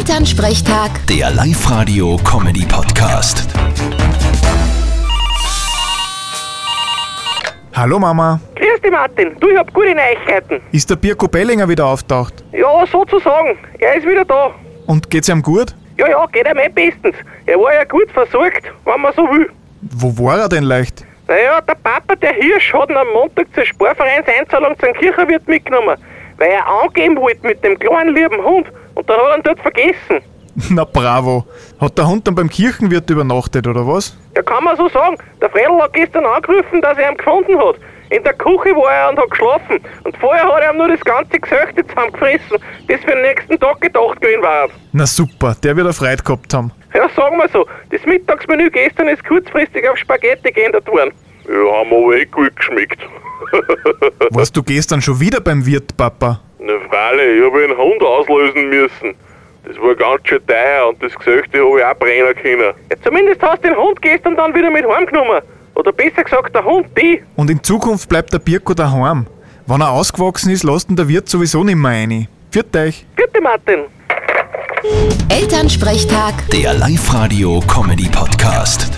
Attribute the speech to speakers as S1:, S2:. S1: Elternsprechtag,
S2: Der Live-Radio-Comedy-Podcast.
S3: Hallo Mama,
S4: Grüß dich, Martin. Du, ich hab gute Neuigkeiten.
S3: ist der Birko Bellinger wieder auftaucht?
S4: Ja, sozusagen. Er ist wieder da.
S3: Und geht's ihm gut?
S4: Ja, ja, geht ihm eh bestens. Er war ja gut versorgt, wenn man so will.
S3: Wo war er denn leicht?
S4: Naja, der Papa, der Hirsch, hat ihn am Montag zur Sparvereinseinzahlung zum Kirchenwirt mitgenommen, weil er angeben wollte mit dem kleinen lieben Hund und dann hat er ihn dort vergessen.
S3: Na bravo. Hat der Hund dann beim Kirchenwirt übernachtet oder was?
S4: Da kann man so sagen, der Fredel hat gestern angerufen, dass er ihn gefunden hat. In der Küche war er und hat geschlafen. Und vorher hat er ihm nur das ganze Gesöchte zusammengefressen, das für den nächsten Tag gedacht gewesen war.
S3: Na super, der wird erfreut gehabt haben.
S4: Ja, sagen wir so, das Mittagsmenü gestern ist kurzfristig auf Spaghetti geändert worden.
S5: Ja, haben aber eh gut geschmeckt.
S3: Warst du gestern schon wieder beim Wirt, Papa?
S5: Na freilich, ich habe einen Hund auslösen müssen. Das war ganz schön teuer und das Gesöchte habe ich auch brennen können.
S4: Ja, zumindest hast du den Hund gestern dann wieder mit heimgenommen. Oder besser gesagt, der Hund die.
S3: Und in Zukunft bleibt der Birko daheim. Wenn er ausgewachsen ist, lasst ihn der Wirt sowieso nicht mehr rein. Viert euch.
S4: Bitte, Martin.
S1: Elternsprechtag.
S2: Der Live-Radio-Comedy-Podcast.